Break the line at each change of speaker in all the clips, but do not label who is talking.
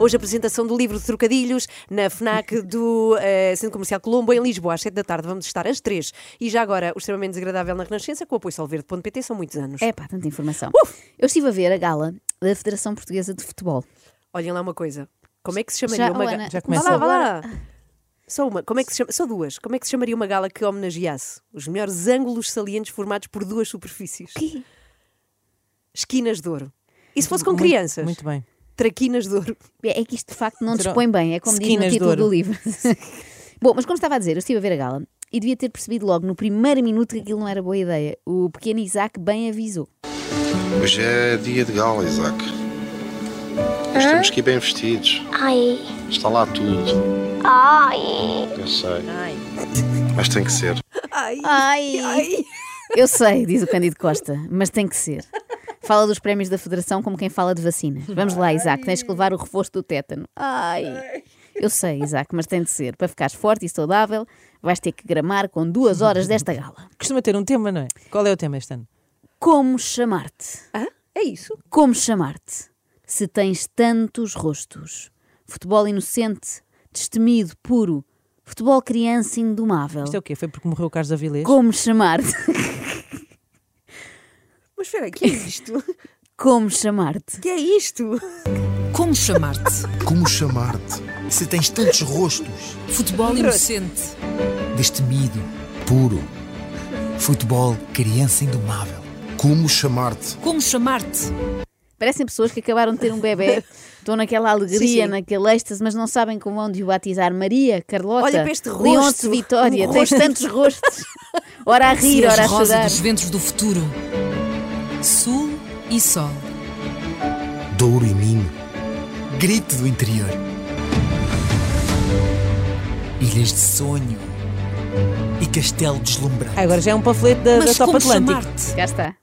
Hoje a apresentação do livro de trocadilhos na FNAC do eh, Centro Comercial Colombo, em Lisboa, às 7 da tarde. Vamos estar às 3. E já agora, o extremamente desagradável na Renascença, com o apoio salverde.pt, são muitos anos.
É pá, tanta informação. Eu estive a ver a gala da Federação Portuguesa de Futebol.
Olhem lá uma coisa. Como é que se
Já,
chamaria uma
oh,
ga-
Ana,
já
Vá
começa.
lá, vá lá.
agora-
Só uma, como é que se chama? Só duas. Como é que se chamaria uma gala que homenageasse os melhores ângulos salientes formados por duas superfícies?
Quê?
Esquinas de ouro. E se fosse com
Muito-
crianças?
Muito bem.
Traquinas de ouro.
É que isto de facto não
Dro-
dispõe bem, é como diz no
Esquinas de
título
ouro.
do livro. Bom, mas como estava a dizer, eu estive a ver a gala e devia ter percebido logo no primeiro minuto que aquilo não era boa ideia. O pequeno Isaac bem avisou.
Hoje é dia de gala, Isaac. Nós temos que ir bem vestidos.
Ai.
Está lá tudo.
Ai.
Eu sei. Mas tem que ser.
Ai,
Ai! Eu sei, diz o Cândido Costa, mas tem que ser. Fala dos prémios da Federação como quem fala de vacina. Vamos lá, Isaac, tens que levar o reforço do tétano. Ai! Eu sei, Isaac, mas tem de ser. Para ficares forte e saudável, vais ter que gramar com duas horas desta gala.
Costuma ter um tema, não é? Qual é o tema este ano?
Como chamar-te?
Ah, é isso?
Como chamar-te? Se tens tantos rostos. Futebol inocente, destemido, puro. Futebol criança indomável.
Isto é o quê? Foi porque morreu o Carlos Avilés?
Como chamar-te?
Mas espera, aí, que é isto?
Como chamar-te?
que é isto?
Como chamar-te?
Como chamar-te se tens tantos rostos?
Futebol inocente.
Destemido, puro. Futebol, criança indomável. Como chamar-te?
é?
Como chamar-te?
Parecem pessoas que acabaram de ter um bebê. Estão naquela alegria,
Sim, sim.
naquele êxtase, mas não sabem como vão de o batizar. Maria, Carlota,
Olha para este rosto.
Leonce, Vitória.
Um
tens tantos rostos. Ora a rir, ora a
Rosa
chorar.
dos ventos do futuro. Sul e sol.
Douro e Minho. Grito do interior. Ilhas de sonho. E castelo deslumbrante.
Ah, agora já é um panfleto da, da
Mas
Top
como
Atlântico.
chamar-te?
Cá está.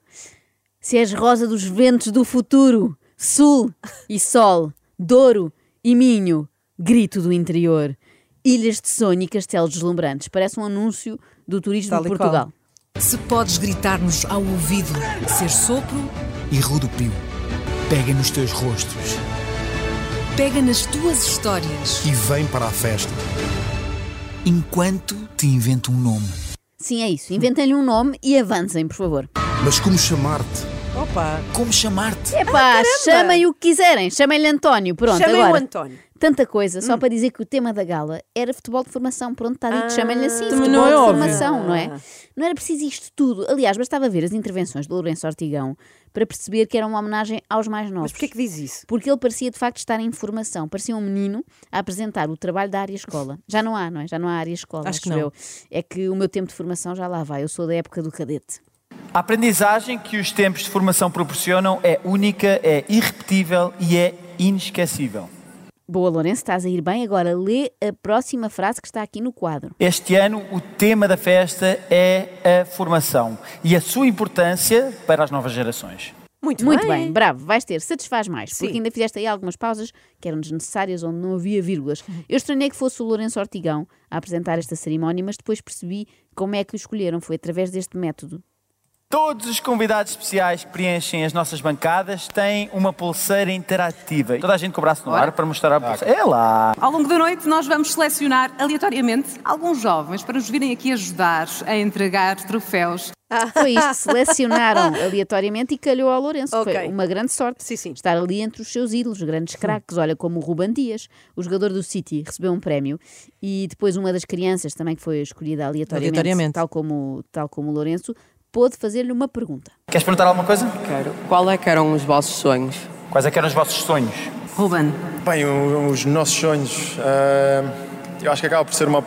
Se és rosa dos ventos do futuro, sul e sol, douro e minho, grito do interior, ilhas de sonho e castelos deslumbrantes. Parece um anúncio do turismo
Tal
de
e qual.
Portugal.
Se podes gritar-nos ao ouvido, ser sopro,
E rodopio. Pega nos teus rostos.
pega nas tuas histórias.
E vem para a festa. Enquanto te invento um nome.
Sim, é isso. Inventem-lhe um nome e avancem, por favor.
Mas como chamar-te?
Opa!
Como chamar-te?
Ah,
Epá, chamem o que quiserem. Chamem-lhe António. Pronto,
Chamem o
agora.
António.
Tanta coisa,
Hum.
só para dizer que o tema da gala era futebol de formação. Pronto, está dito, chamem-lhe assim,
Também
futebol
não é
de
óbvio. Ah.
formação, não é? Não era preciso isto tudo. Aliás, bastava ver as intervenções de Lourenço Ortigão para perceber que era uma homenagem aos mais novos.
Mas porquê que diz isso?
Porque ele parecia de facto estar em formação, parecia um menino a apresentar o trabalho da área escola. Já não há, não é? Já não há área escola,
Acho que
acho
não.
eu. É que o meu tempo de formação já lá vai, eu sou da época do cadete.
A aprendizagem que os tempos de formação proporcionam é única, é irrepetível e é inesquecível.
Boa, Lourenço, estás a ir bem. Agora lê a próxima frase que está aqui no quadro.
Este ano, o tema da festa é a formação e a sua importância para as novas gerações.
Muito,
Muito bem, bravo, vais ter, satisfaz mais,
Sim.
porque ainda fizeste aí algumas pausas que eram desnecessárias onde não havia vírgulas. Eu estranhei que fosse o Lourenço Ortigão a apresentar esta cerimónia, mas depois percebi como é que o escolheram, foi através deste método.
Todos os convidados especiais que preenchem as nossas bancadas têm uma pulseira interativa. Toda a gente com o braço no ar para
Ah,
mostrar a pulseira. É lá!
Ao longo da noite, nós vamos selecionar aleatoriamente alguns jovens para nos virem aqui ajudar a entregar troféus.
Foi isto, selecionaram aleatoriamente e calhou ao Lourenço.
Ok.
Foi uma grande sorte
Sim, Hum. sim.
estar ali entre os seus ídolos, grandes craques. Olha, como o Ruban Dias, o jogador do City, recebeu um prémio e depois uma das crianças, também que foi escolhida aleatoriamente,
Aleatoriamente.
Tal, como, tal como o Lourenço, pôde fazer-lhe uma pergunta.
Queres perguntar alguma coisa?
Quero. Qual é que eram os vossos sonhos?
Quais é que eram os vossos sonhos?
Ruben,
Bem, o- os nossos sonhos. ah, eu acho que acaba por ser uma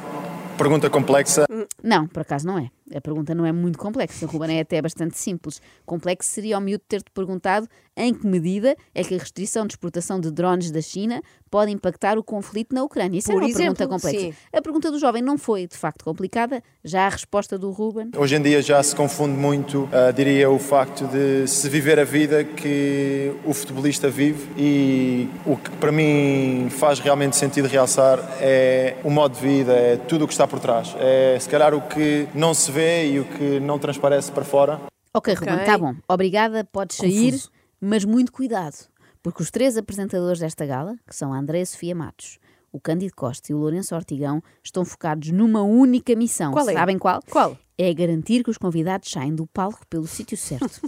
pergunta complexa.
Não, por acaso não é. A pergunta não é muito complexa, Ruben, é até bastante simples. Complexo seria ao miúdo ter-te perguntado em que medida é que a restrição de exportação de drones da China pode impactar o conflito na Ucrânia. Isso é
Por
uma
exemplo,
pergunta complexa.
sim.
A pergunta do jovem não foi, de facto, complicada. Já a resposta do Ruben...
Hoje em dia já se confunde muito, ah, diria, o facto de se viver a vida que o futebolista vive e o que para mim faz realmente sentido realçar é o modo de vida, é tudo o que está por trás. É se calhar o que não se vê e o que não transparece para fora.
Ok, Ruben, tá
Ok.
está bom. Obrigada, podes sair, mas muito cuidado. Porque os três apresentadores desta gala, que são a Andréa Sofia Matos, o Cândido Costa e o Lourenço Ortigão, estão focados numa única missão.
Qual é?
Sabem qual?
Qual?
É garantir que os convidados saem do palco pelo sítio certo.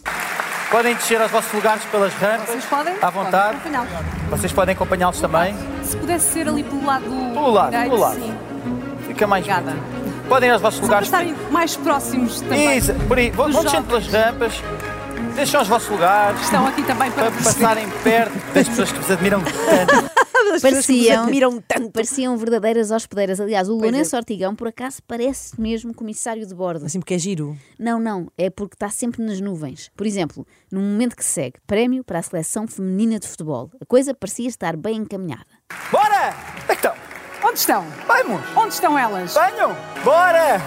Podem descer aos vossos lugares pelas rampas.
Vocês podem?
À vontade.
Podem acompanhá-los.
Vocês podem acompanhá-los também.
Se pudesse ser ali pelo lado do.
Pelo lado,
direito,
pelo lado.
Sim.
Fica é mais
Obrigada.
bonito. Podem ir aos vossos
Só para
lugares.
estarem mais próximos também.
Isso, por aí. Vão
Os
vão descendo
jovens.
pelas rampas. Deixam os vossos lugares.
Estão aqui também para,
Para passarem perto das pessoas que vos admiram tanto.
As pessoas que nos
Pareciam.
admiram tanto.
Pareciam verdadeiras hospedeiras. Aliás, o
é.
Lourenço Ortigão, por acaso, parece mesmo comissário de bordo.
Assim, porque é giro.
Não, não, é porque está sempre nas nuvens. Por exemplo, no momento que segue, prémio para a seleção feminina de futebol. A coisa parecia estar bem encaminhada.
Bora! Então,
Onde estão?
vamos!
Onde estão elas?
Venham! Bora!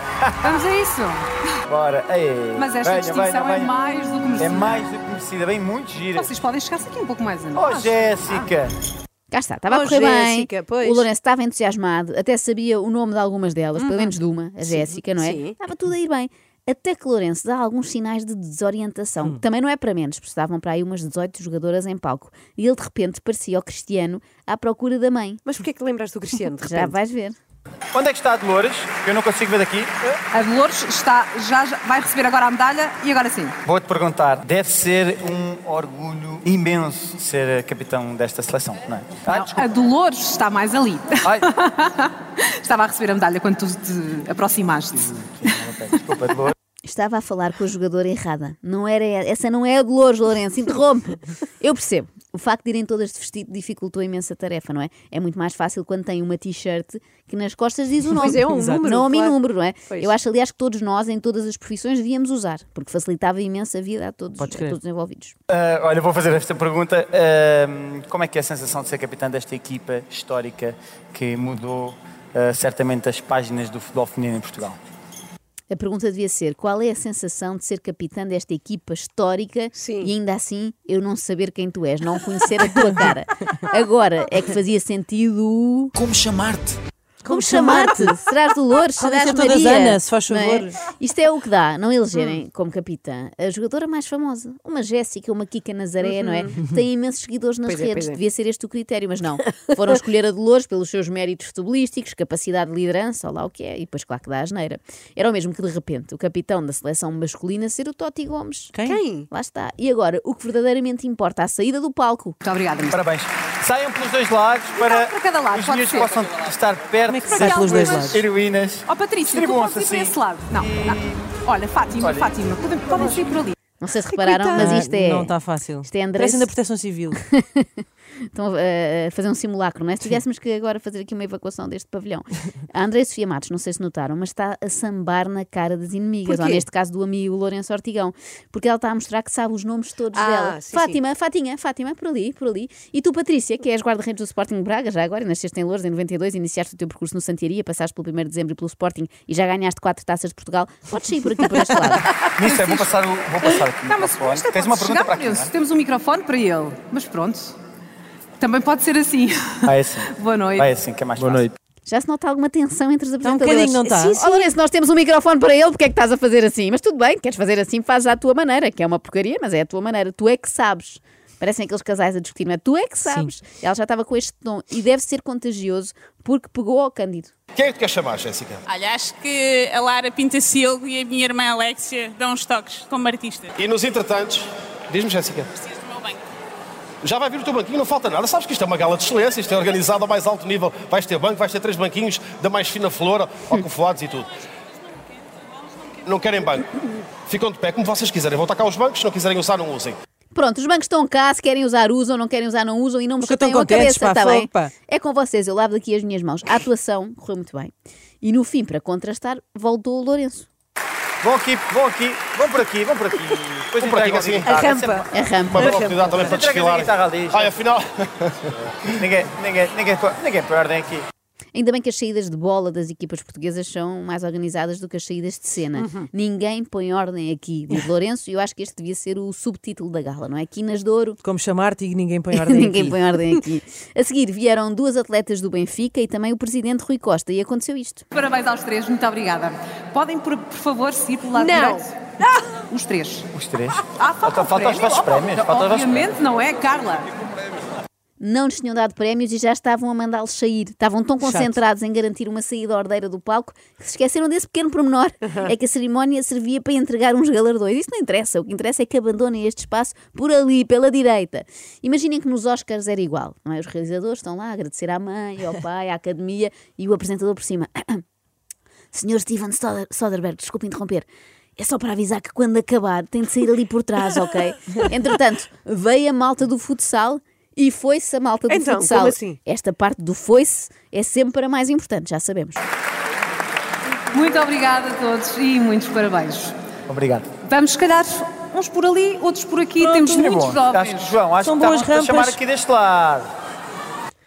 Vamos a isso.
Bora! Ei,
Mas esta
venham,
distinção
venham,
é
venham.
mais do que merecida.
É mais do que conhecida, bem muito gira.
Vocês podem chegar-se aqui um pouco mais antes.
Oh, Jéssica!
Cá está, estava
Oh,
a correr
Jéssica,
bem.
pois. Uhum.
O Lourenço estava entusiasmado, até sabia o nome de algumas delas, pelo menos de uma, a Jéssica, não é?
sim.
Estava tudo a ir bem. Até que Lourenço dá alguns sinais de desorientação.
Hum.
que Também não é para menos, porque estavam para aí umas 18 jogadoras em palco. E ele de repente parecia o Cristiano à procura da mãe.
Mas porquê é que lembraste do Cristiano? de
Já
repente?
vais ver.
Onde é que está a Dolores? Que eu não consigo ver daqui.
A Dolores está, já, já- vai receber agora a medalha e agora sim.
Vou-te perguntar, deve ser um orgulho imenso ser capitão desta seleção, não é? Ah,
A
desculpa.
Dolores está mais ali.
Ai,
Estava a receber a medalha quando tu te aproximaste.
ok, desculpa, Dolores.
Estava a falar com a jogadora errada. Não era essa, essa não é a Dolores Lourenço, interrompe. Eu percebo. O facto de irem todas de vestido dificultou imensa tarefa, não é? É muito mais fácil quando tem uma t-shirt que nas costas diz o nome.
Pois é, um Exato. número,
Nome e
claro.
número, não é?
Pois.
Eu acho, aliás, que todos nós, em todas as profissões, devíamos usar, porque facilitava imensa a vida a todos, a
Podes crer.
todos os envolvidos.
Ah, olha, vou fazer esta pergunta. Ahm, como é que é a sensação de ser capitão desta equipa histórica que mudou ah, certamente as páginas do futebol feminino em Portugal?
A pergunta devia ser: qual é a sensação de ser capitã desta equipa histórica
Sim.
e ainda assim eu não saber quem tu és, não conhecer a tua cara? Agora é que fazia sentido. o-
Como chamar-te?
Como chamar-te? Serás Dolores?
Podem
Serás
ser todas
Maria?
Ana, se faz
Não é?
favor.
Isto é o que dá, não elegerem como capitã a jogadora mais famosa. Uma Jéssica, uma Kika Nazaré, não é? Tem imensos seguidores nas
Pois é,
redes.
pois é.
Devia ser este o critério, mas não. Foram escolher a Dolores pelos seus méritos futebolísticos, capacidade de liderança, ou lá o que é, e depois, claro que dá a asneira. Era o mesmo que, de repente, o capitão da seleção masculina ser o Totti Gomes.
Quem?
Lá está. E agora, o que verdadeiramente importa, a saída do palco.
Muito obrigada, Mr.
Parabéns. Saiam pelos dois lados para
para cada lado,
os
pode
miúdos
ser.
possam estar perto
Como é que se
das
sai pelos dois lados?
heroínas.
Oh, Patrícia, tu
Distribuam-se
podes ir para
assim.
esse lado. Não, não. Olha, Fátima,
Olha.
Fátima, podem, podem sair por ali.
Não sei se repararam, mas
Ah,
isto é.
Não
tá
está fácil.
Isto é Andrés-
Parecem da Proteção Civil.
Estão a, a fazer um simulacro, não é? Se tivéssemos que agora fazer aqui uma evacuação deste pavilhão. A André Sofia Matos, não sei se notaram, mas está a sambar na cara das inimigas, ou
Porquê?
neste caso do amigo Lourenço Ortigão, porque ela está a mostrar que sabe os nomes todos
Ah,
dela.
sim,
Fátima, Fatinha, Fátima, por ali, por ali. E tu, Patrícia, que és guarda-redes do Sporting de Braga, já agora, e nasceste em Lourdes em 92, iniciaste o teu percurso no Santiaria, passaste pelo 1 de dezembro e pelo Sporting e já ganhaste quatro taças de Portugal. Podes sair por aqui, por este lado.
Nisso é, vou passar, o, vou passar aqui. o
é- Não, mas
microfone.
esta
Tens
pode
uma pergunta
chegar
para aqui, é?
preso. Temos um microfone para ele. Mas pronto, também pode ser assim.
não é? Ah, é assim.
Boa noite.
Ah, é assim, que é mais Boa noite.
Já se nota alguma tensão entre os
um
apresentadores.
bocadinho, não está?
Sim, sim. Oh, Lourenço, nós temos um microfone para ele, porque é que estás a fazer assim? Mas tudo bem, queres fazer assim, faz à tua maneira, que é uma porcaria, mas é a tua maneira. Tu é que sabes. Parecem aqueles casais a discutir, mas tu é que sabes. Ela já estava com este tom e deve ser contagioso porque pegou ao Cândido.
Quem é que te quer chamar, Jéssica?
Olha, acho que a Lara Pintacilgo e a minha irmã Alexia dão uns toques como artistas.
E nos entretantos, diz-me, Jéssica,
Preciso do meu banco.
já vai vir o teu banquinho, não falta nada. Sabes que isto é uma gala de excelência, isto é organizado ao mais alto nível. Vais ter banco, vais ter três banquinhos da mais fina flora, alcofoados e tudo. Não querem banco. Ficam de pé como vocês quiserem. Vão tacar os bancos, se não quiserem usar, não usem.
Pronto, os bancos estão cá, se querem usar, usam, não querem usar, não usam e não me
Nunca estão
chateiam a
contentes,
cabeça,
pá,
está
fogo,
bem?
pá.
É com vocês, eu lavo daqui as minhas mãos. A atuação correu muito bem. E no fim, para contrastar, voltou o Lourenço.
Vão aqui, vão aqui, vão por aqui, vão por aqui. Depois
Vão por aqui,
entregam a
assim.
guitarra.
A rampa.
A rampa.
Uma boa oportunidade também para
Entregas a
desfilar.
guitarra ali.
Ai, afinal,
Ninguém, ninguém, ninguém, ninguém perdem aqui.
Ainda bem que as saídas de bola das equipas portuguesas são mais organizadas do que as saídas de cena.
Uhum.
Ninguém põe ordem aqui, diz Lourenço, e eu acho que este devia ser o subtítulo da gala, não é? Quinas de Ouro.
Como chamar-te e ninguém põe ordem
Ninguém
aqui.
põe ordem aqui. A seguir vieram duas atletas do Benfica e também o presidente Rui Costa, e aconteceu isto.
Parabéns aos três, muito obrigada. Podem, por, por favor, seguir pelo lado
Não.
direito? Os três.
Os três.
Ah,
Falta-
falta, o
falta os
prémio.
vossos prémios, falta os vossos
Obviamente, não é, Carla?
não lhes tinham dado prémios e já estavam a mandá-los sair. Estavam tão concentrados em garantir uma saída ordeira do palco que se esqueceram desse pequeno pormenor. É que a cerimónia servia para entregar uns galardões. Isso não interessa. O que interessa é que abandonem este espaço por ali, pela direita. Imaginem que nos Oscars era igual. Não é? Os realizadores estão lá a agradecer à mãe, ao pai, à academia e o apresentador por cima. Senhor Steven Soder- Soderbergh, desculpe interromper. É só para avisar que quando acabar tem de sair ali por trás, ok? Entretanto, veio a malta do futsal e foi-se a malta do
Então,
futsal.
como assim?
Esta parte do foi-se é sempre a mais importante, já sabemos.
Muito obrigada a todos e muitos parabéns.
Obrigado.
Vamos, se calhar, uns por ali, outros por aqui. Temos
É
muitos
bom. Acho que,
jovens.
João, acho
São
que
boas
estavam a chamar
rampas.
aqui deste lado.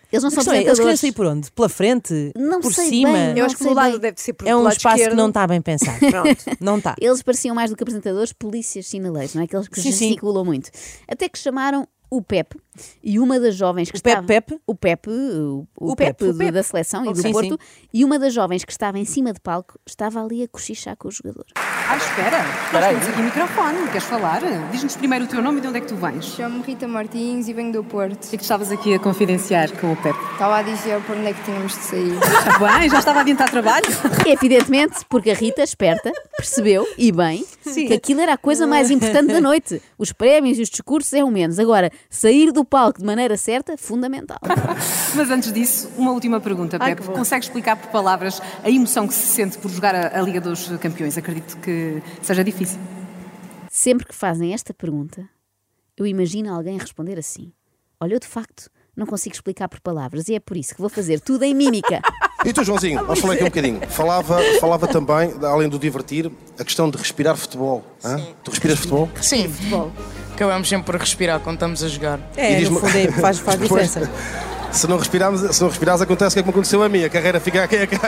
Eles não
A
são
questão é, eles querem
apresentadores.
sair por onde? Pela frente?
Não
por
sei
cima?
bem,
Eu
Não
acho que
sei
o lado
bem.
deve ser por
É um
lado
espaço
esquerdo.
que
tá-
não está bem pensado.
Pronto.
Não está.
Eles pareciam mais do que apresentadores, polícias sinaleiros, não é? Aqueles que
Sim, sim.
gesticulam muito. Até que chamaram o Pepe e uma das jovens que
Pepe,
estava.
Pepe?
O Pepe, o, o
O
Pepe,
Pepe.
do- da seleção e do
Sim,
Porto. E uma das jovens que estava em cima de palco estava ali a cochichar com o jogador.
Ah, espera. Nós temos aqui microfone. Queres falar? Diz-nos primeiro o teu nome e de onde é que tu vens.
Chamo-me Rita Martins e venho do Porto.
O que é que estavas aqui a confidenciar com o Pepe?
Estava a dizer por onde é que tínhamos de sair.
Está bem? Já estava a adiantar trabalho?
Evidentemente, porque a Rita, esperta, percebeu, e bem, que aquilo era a coisa mais importante da noite. Os prémios e os discursos é o menos. Agora, sair do palco de maneira certa, fundamental.
Mas antes disso, uma última pergunta, Pepe. Consegue explicar por palavras a emoção que se sente por jogar a, a Liga dos Campeões? Acredito que seja difícil.
Sempre que fazem esta pergunta, eu imagino alguém responder assim: Olha, eu de facto não consigo explicar por palavras e é por isso que vou fazer tudo em mímica.
E tu, Joãozinho, vamos falar aqui um bocadinho. Falava, falava também, além do divertir, a questão de respirar futebol. hã? Tu respiras futebol?
Sim. Acabamos sempre por respirar quando estamos a jogar.
É,
diz-me-
no fundo é, faz, faz
Depois-
diferença.
Se não, respirarmos, se não respirares, acontece o que é que me aconteceu a mim. A carreira fica a quem é quem.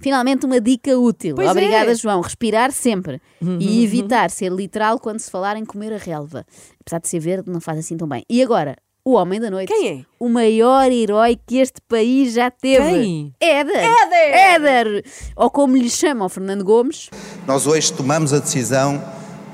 Finalmente, uma dica útil.
Pois é. Uhum,
Obrigada, João. Respirar sempre e evitar ser literal quando se falar em comer a relva. Apesar de ser verde, não faz assim tão bem. E agora, o homem da noite.
Quem é?
O maior herói que este país já teve.
Quem?
Éder. Éder! Éder! Ou como lhe chamam, Fernando Gomes.
Nós hoje tomamos a decisão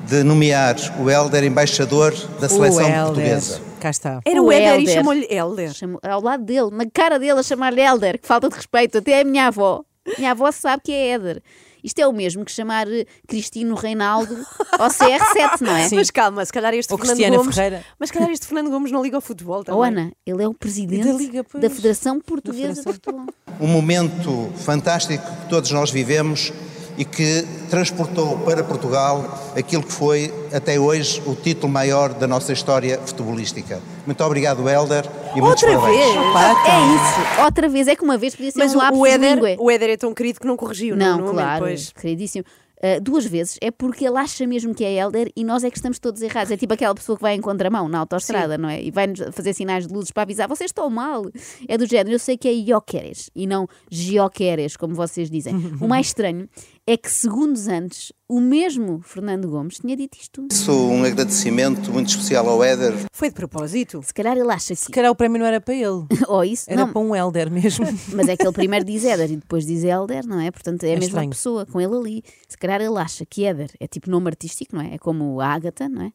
de nomear o Helder embaixador da
o Helder. Cá está.
Era o,
O
Éder e
Hélder.
chamou-lhe Hélder.
Chamou- ao lado dele, na cara dele, a chamar-lhe Helder, que falta de respeito, até é a minha avó. Minha avó sabe que é Éder. Isto é o mesmo que chamar eh, Cristino Reinaldo ao CR7, não é?
Mas calma, se calhar este
Ou
Fernando
Cristiana
Gomes.
é Ferreira.
Mas se calhar este Fernando Gomes não liga ao futebol também.
Oh, Ana, ele é o presidente
Da
da,
Liga, pois.
Federação Portuguesa
Federação.
de Futebol.
Um momento fantástico que todos nós vivemos e que transportou para Portugal aquilo que foi até hoje o título maior da nossa história futebolística. Muito obrigado, Helder, e muitos
Outra
parabéns.
vez. então.
É isso, outra vez, é que uma vez podia ser
Mas
um
o,
lápis
o, Éder,
de língua.
o Éder é tão querido que não corrigiu,
Não,
no momento,
claro,
pois.
queridíssimo. Ah, duas vezes é porque ele acha mesmo que é Helder e nós é que estamos todos errados. É tipo aquela pessoa que vai em contramão na autoestrada, não é? E vai-nos fazer sinais de luzes para avisar: vocês estão mal. É do género, eu sei que é Ióqueres e não Gioqueres, como vocês dizem. o mais estranho é que segundos antes, o mesmo Fernando Gomes tinha dito isto.
Isso, um agradecimento muito especial ao Helder.
Foi de propósito.
Se calhar ele acha
Se
que.
calhar o prémio não era para ele.
Ou isso,
Era
não.
para um Helder mesmo.
Mas é que ele primeiro diz Éder e depois diz Helder, não é? Portanto, é a mesma
estranho.
pessoa, com ele ali. Se calhar ele acha que Éder é tipo nome artístico, não é? É como a Ágata, não é?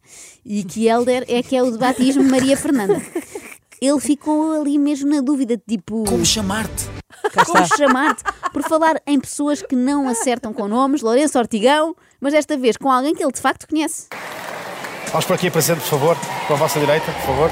E que Helder é que é o de batismo de Maria Fernanda. Ele ficou ali mesmo na dúvida, tipo,
Como chamar-te?
como chamar-te? Por falar em pessoas que não acertam com nomes, Lourenço Ortigão, mas desta vez com alguém que ele de facto conhece.
Vamos para aqui, Presidente, por favor, com a vossa direita, por favor.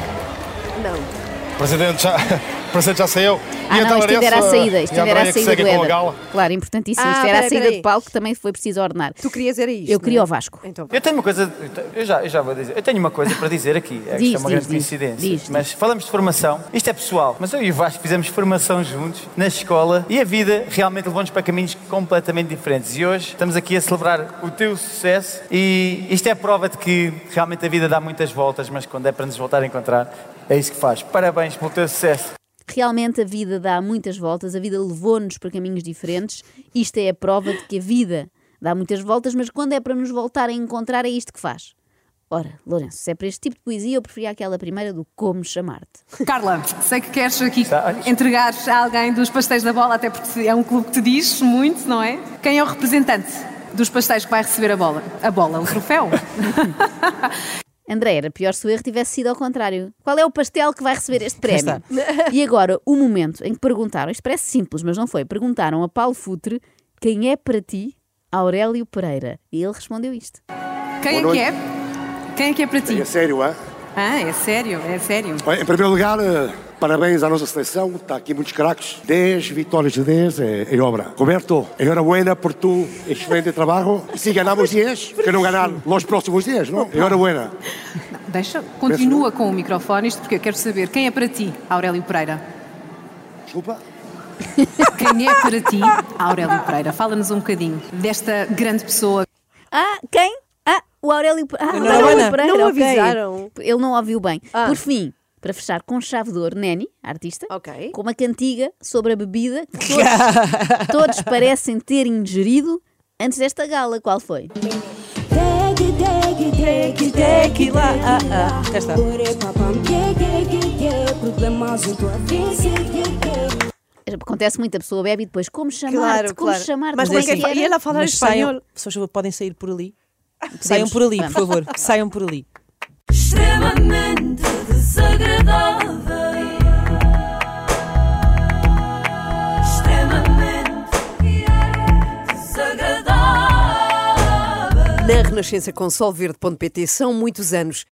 Não.
Presidente já, presidente já saiu. então,
Ah, não, isto ainda era a saída. Isto ainda era a saída do Éder.
gala.
Claro, importantíssimo.
Ah,
Isto era a
peraí,
saída
peraí.
de palco, também foi preciso ordenar.
Tu querias era isto.
Eu queria
não é?
o Vasco.
Então,
Eu tenho uma coisa, eu te- eu já, eu já vou dizer, eu tenho uma coisa para dizer aqui, é, que
Diz,
isto é
diz,
uma grande
diz,
coincidência.
diz, diz.
mas falamos de formação, isto é pessoal, mas eu e o Vasco fizemos formação juntos na escola e a vida realmente levou-nos para caminhos completamente diferentes. E hoje estamos aqui a celebrar o teu sucesso e isto é a prova de que realmente a vida dá muitas voltas, mas quando é para nos voltar a encontrar, é isso que faz. Parabéns pelo teu sucesso.
Realmente a vida dá muitas voltas, a vida levou-nos para caminhos diferentes. Isto é a prova de que a vida dá muitas voltas, mas quando é para nos voltar a encontrar, é isto que faz. Ora, Lourenço, se é para este tipo de poesia, eu preferia aquela primeira do Como Chamar-te.
Carla, sei que queres aqui
Está, olha.
entregar a alguém dos pastéis da bola, até porque é um clube que te diz muito, não é? Quem é o representante dos pastéis que vai receber a bola? A bola, o troféu.
André, era pior se o erro tivesse sido ao contrário. Qual é o pastel que vai receber este prémio?
está.
E agora, o momento em que perguntaram, isto parece simples, mas não foi, perguntaram a Paulo Futre quem é para ti Aurélio Pereira. E ele respondeu isto.
Quem é
Boa
que é? Quem é que é para ti?
É sério, é?
Ah, é sério, é sério.
Olha, Em primeiro lugar, eh, parabéns à nossa seleção. Está aqui muitos craques. 10 vitórias de 10 é, é obra. Roberto, enhorabuena por tu excelente trabalho. E Se ganamos 10, que não ganar nos próximos 10, não? Enhorabuena.
Deixa, continua com o microfone, isto porque eu quero saber quem é para ti, Aurélio Pereira.
Desculpa?
Quem é para ti, Aurélio Pereira? Fala-nos um bocadinho desta grande pessoa.
Ah, quem? Ah, o Aurélio, Pe- ah,
Não,
o Aurélio
Ana,
Pereira.
não
ok.
avisaram.
Ele não ouviu bem.
Ah.
Por fim, para fechar com chave de ouro, Neni, artista, com uma cantiga sobre a bebida que todos, todos parecem ter ingerido antes desta gala. Qual foi?
Tequila. Ah, ah. Cá está.
Acontece muito, a pessoa bebe e depois como chamar-te,
Claro,
como
claro.
chamar-te,
Mas
como é
ninguém
que
fa-
era?
E ela fala
Mas
espanhol.
saiam-
Pessoas podem sair por ali. Saiam por ali, por
vamos.
favor. Saiam por ali.
extremamente desagradável. Extremamente desagradável.
Na Renascença com solverde.pt são muitos anos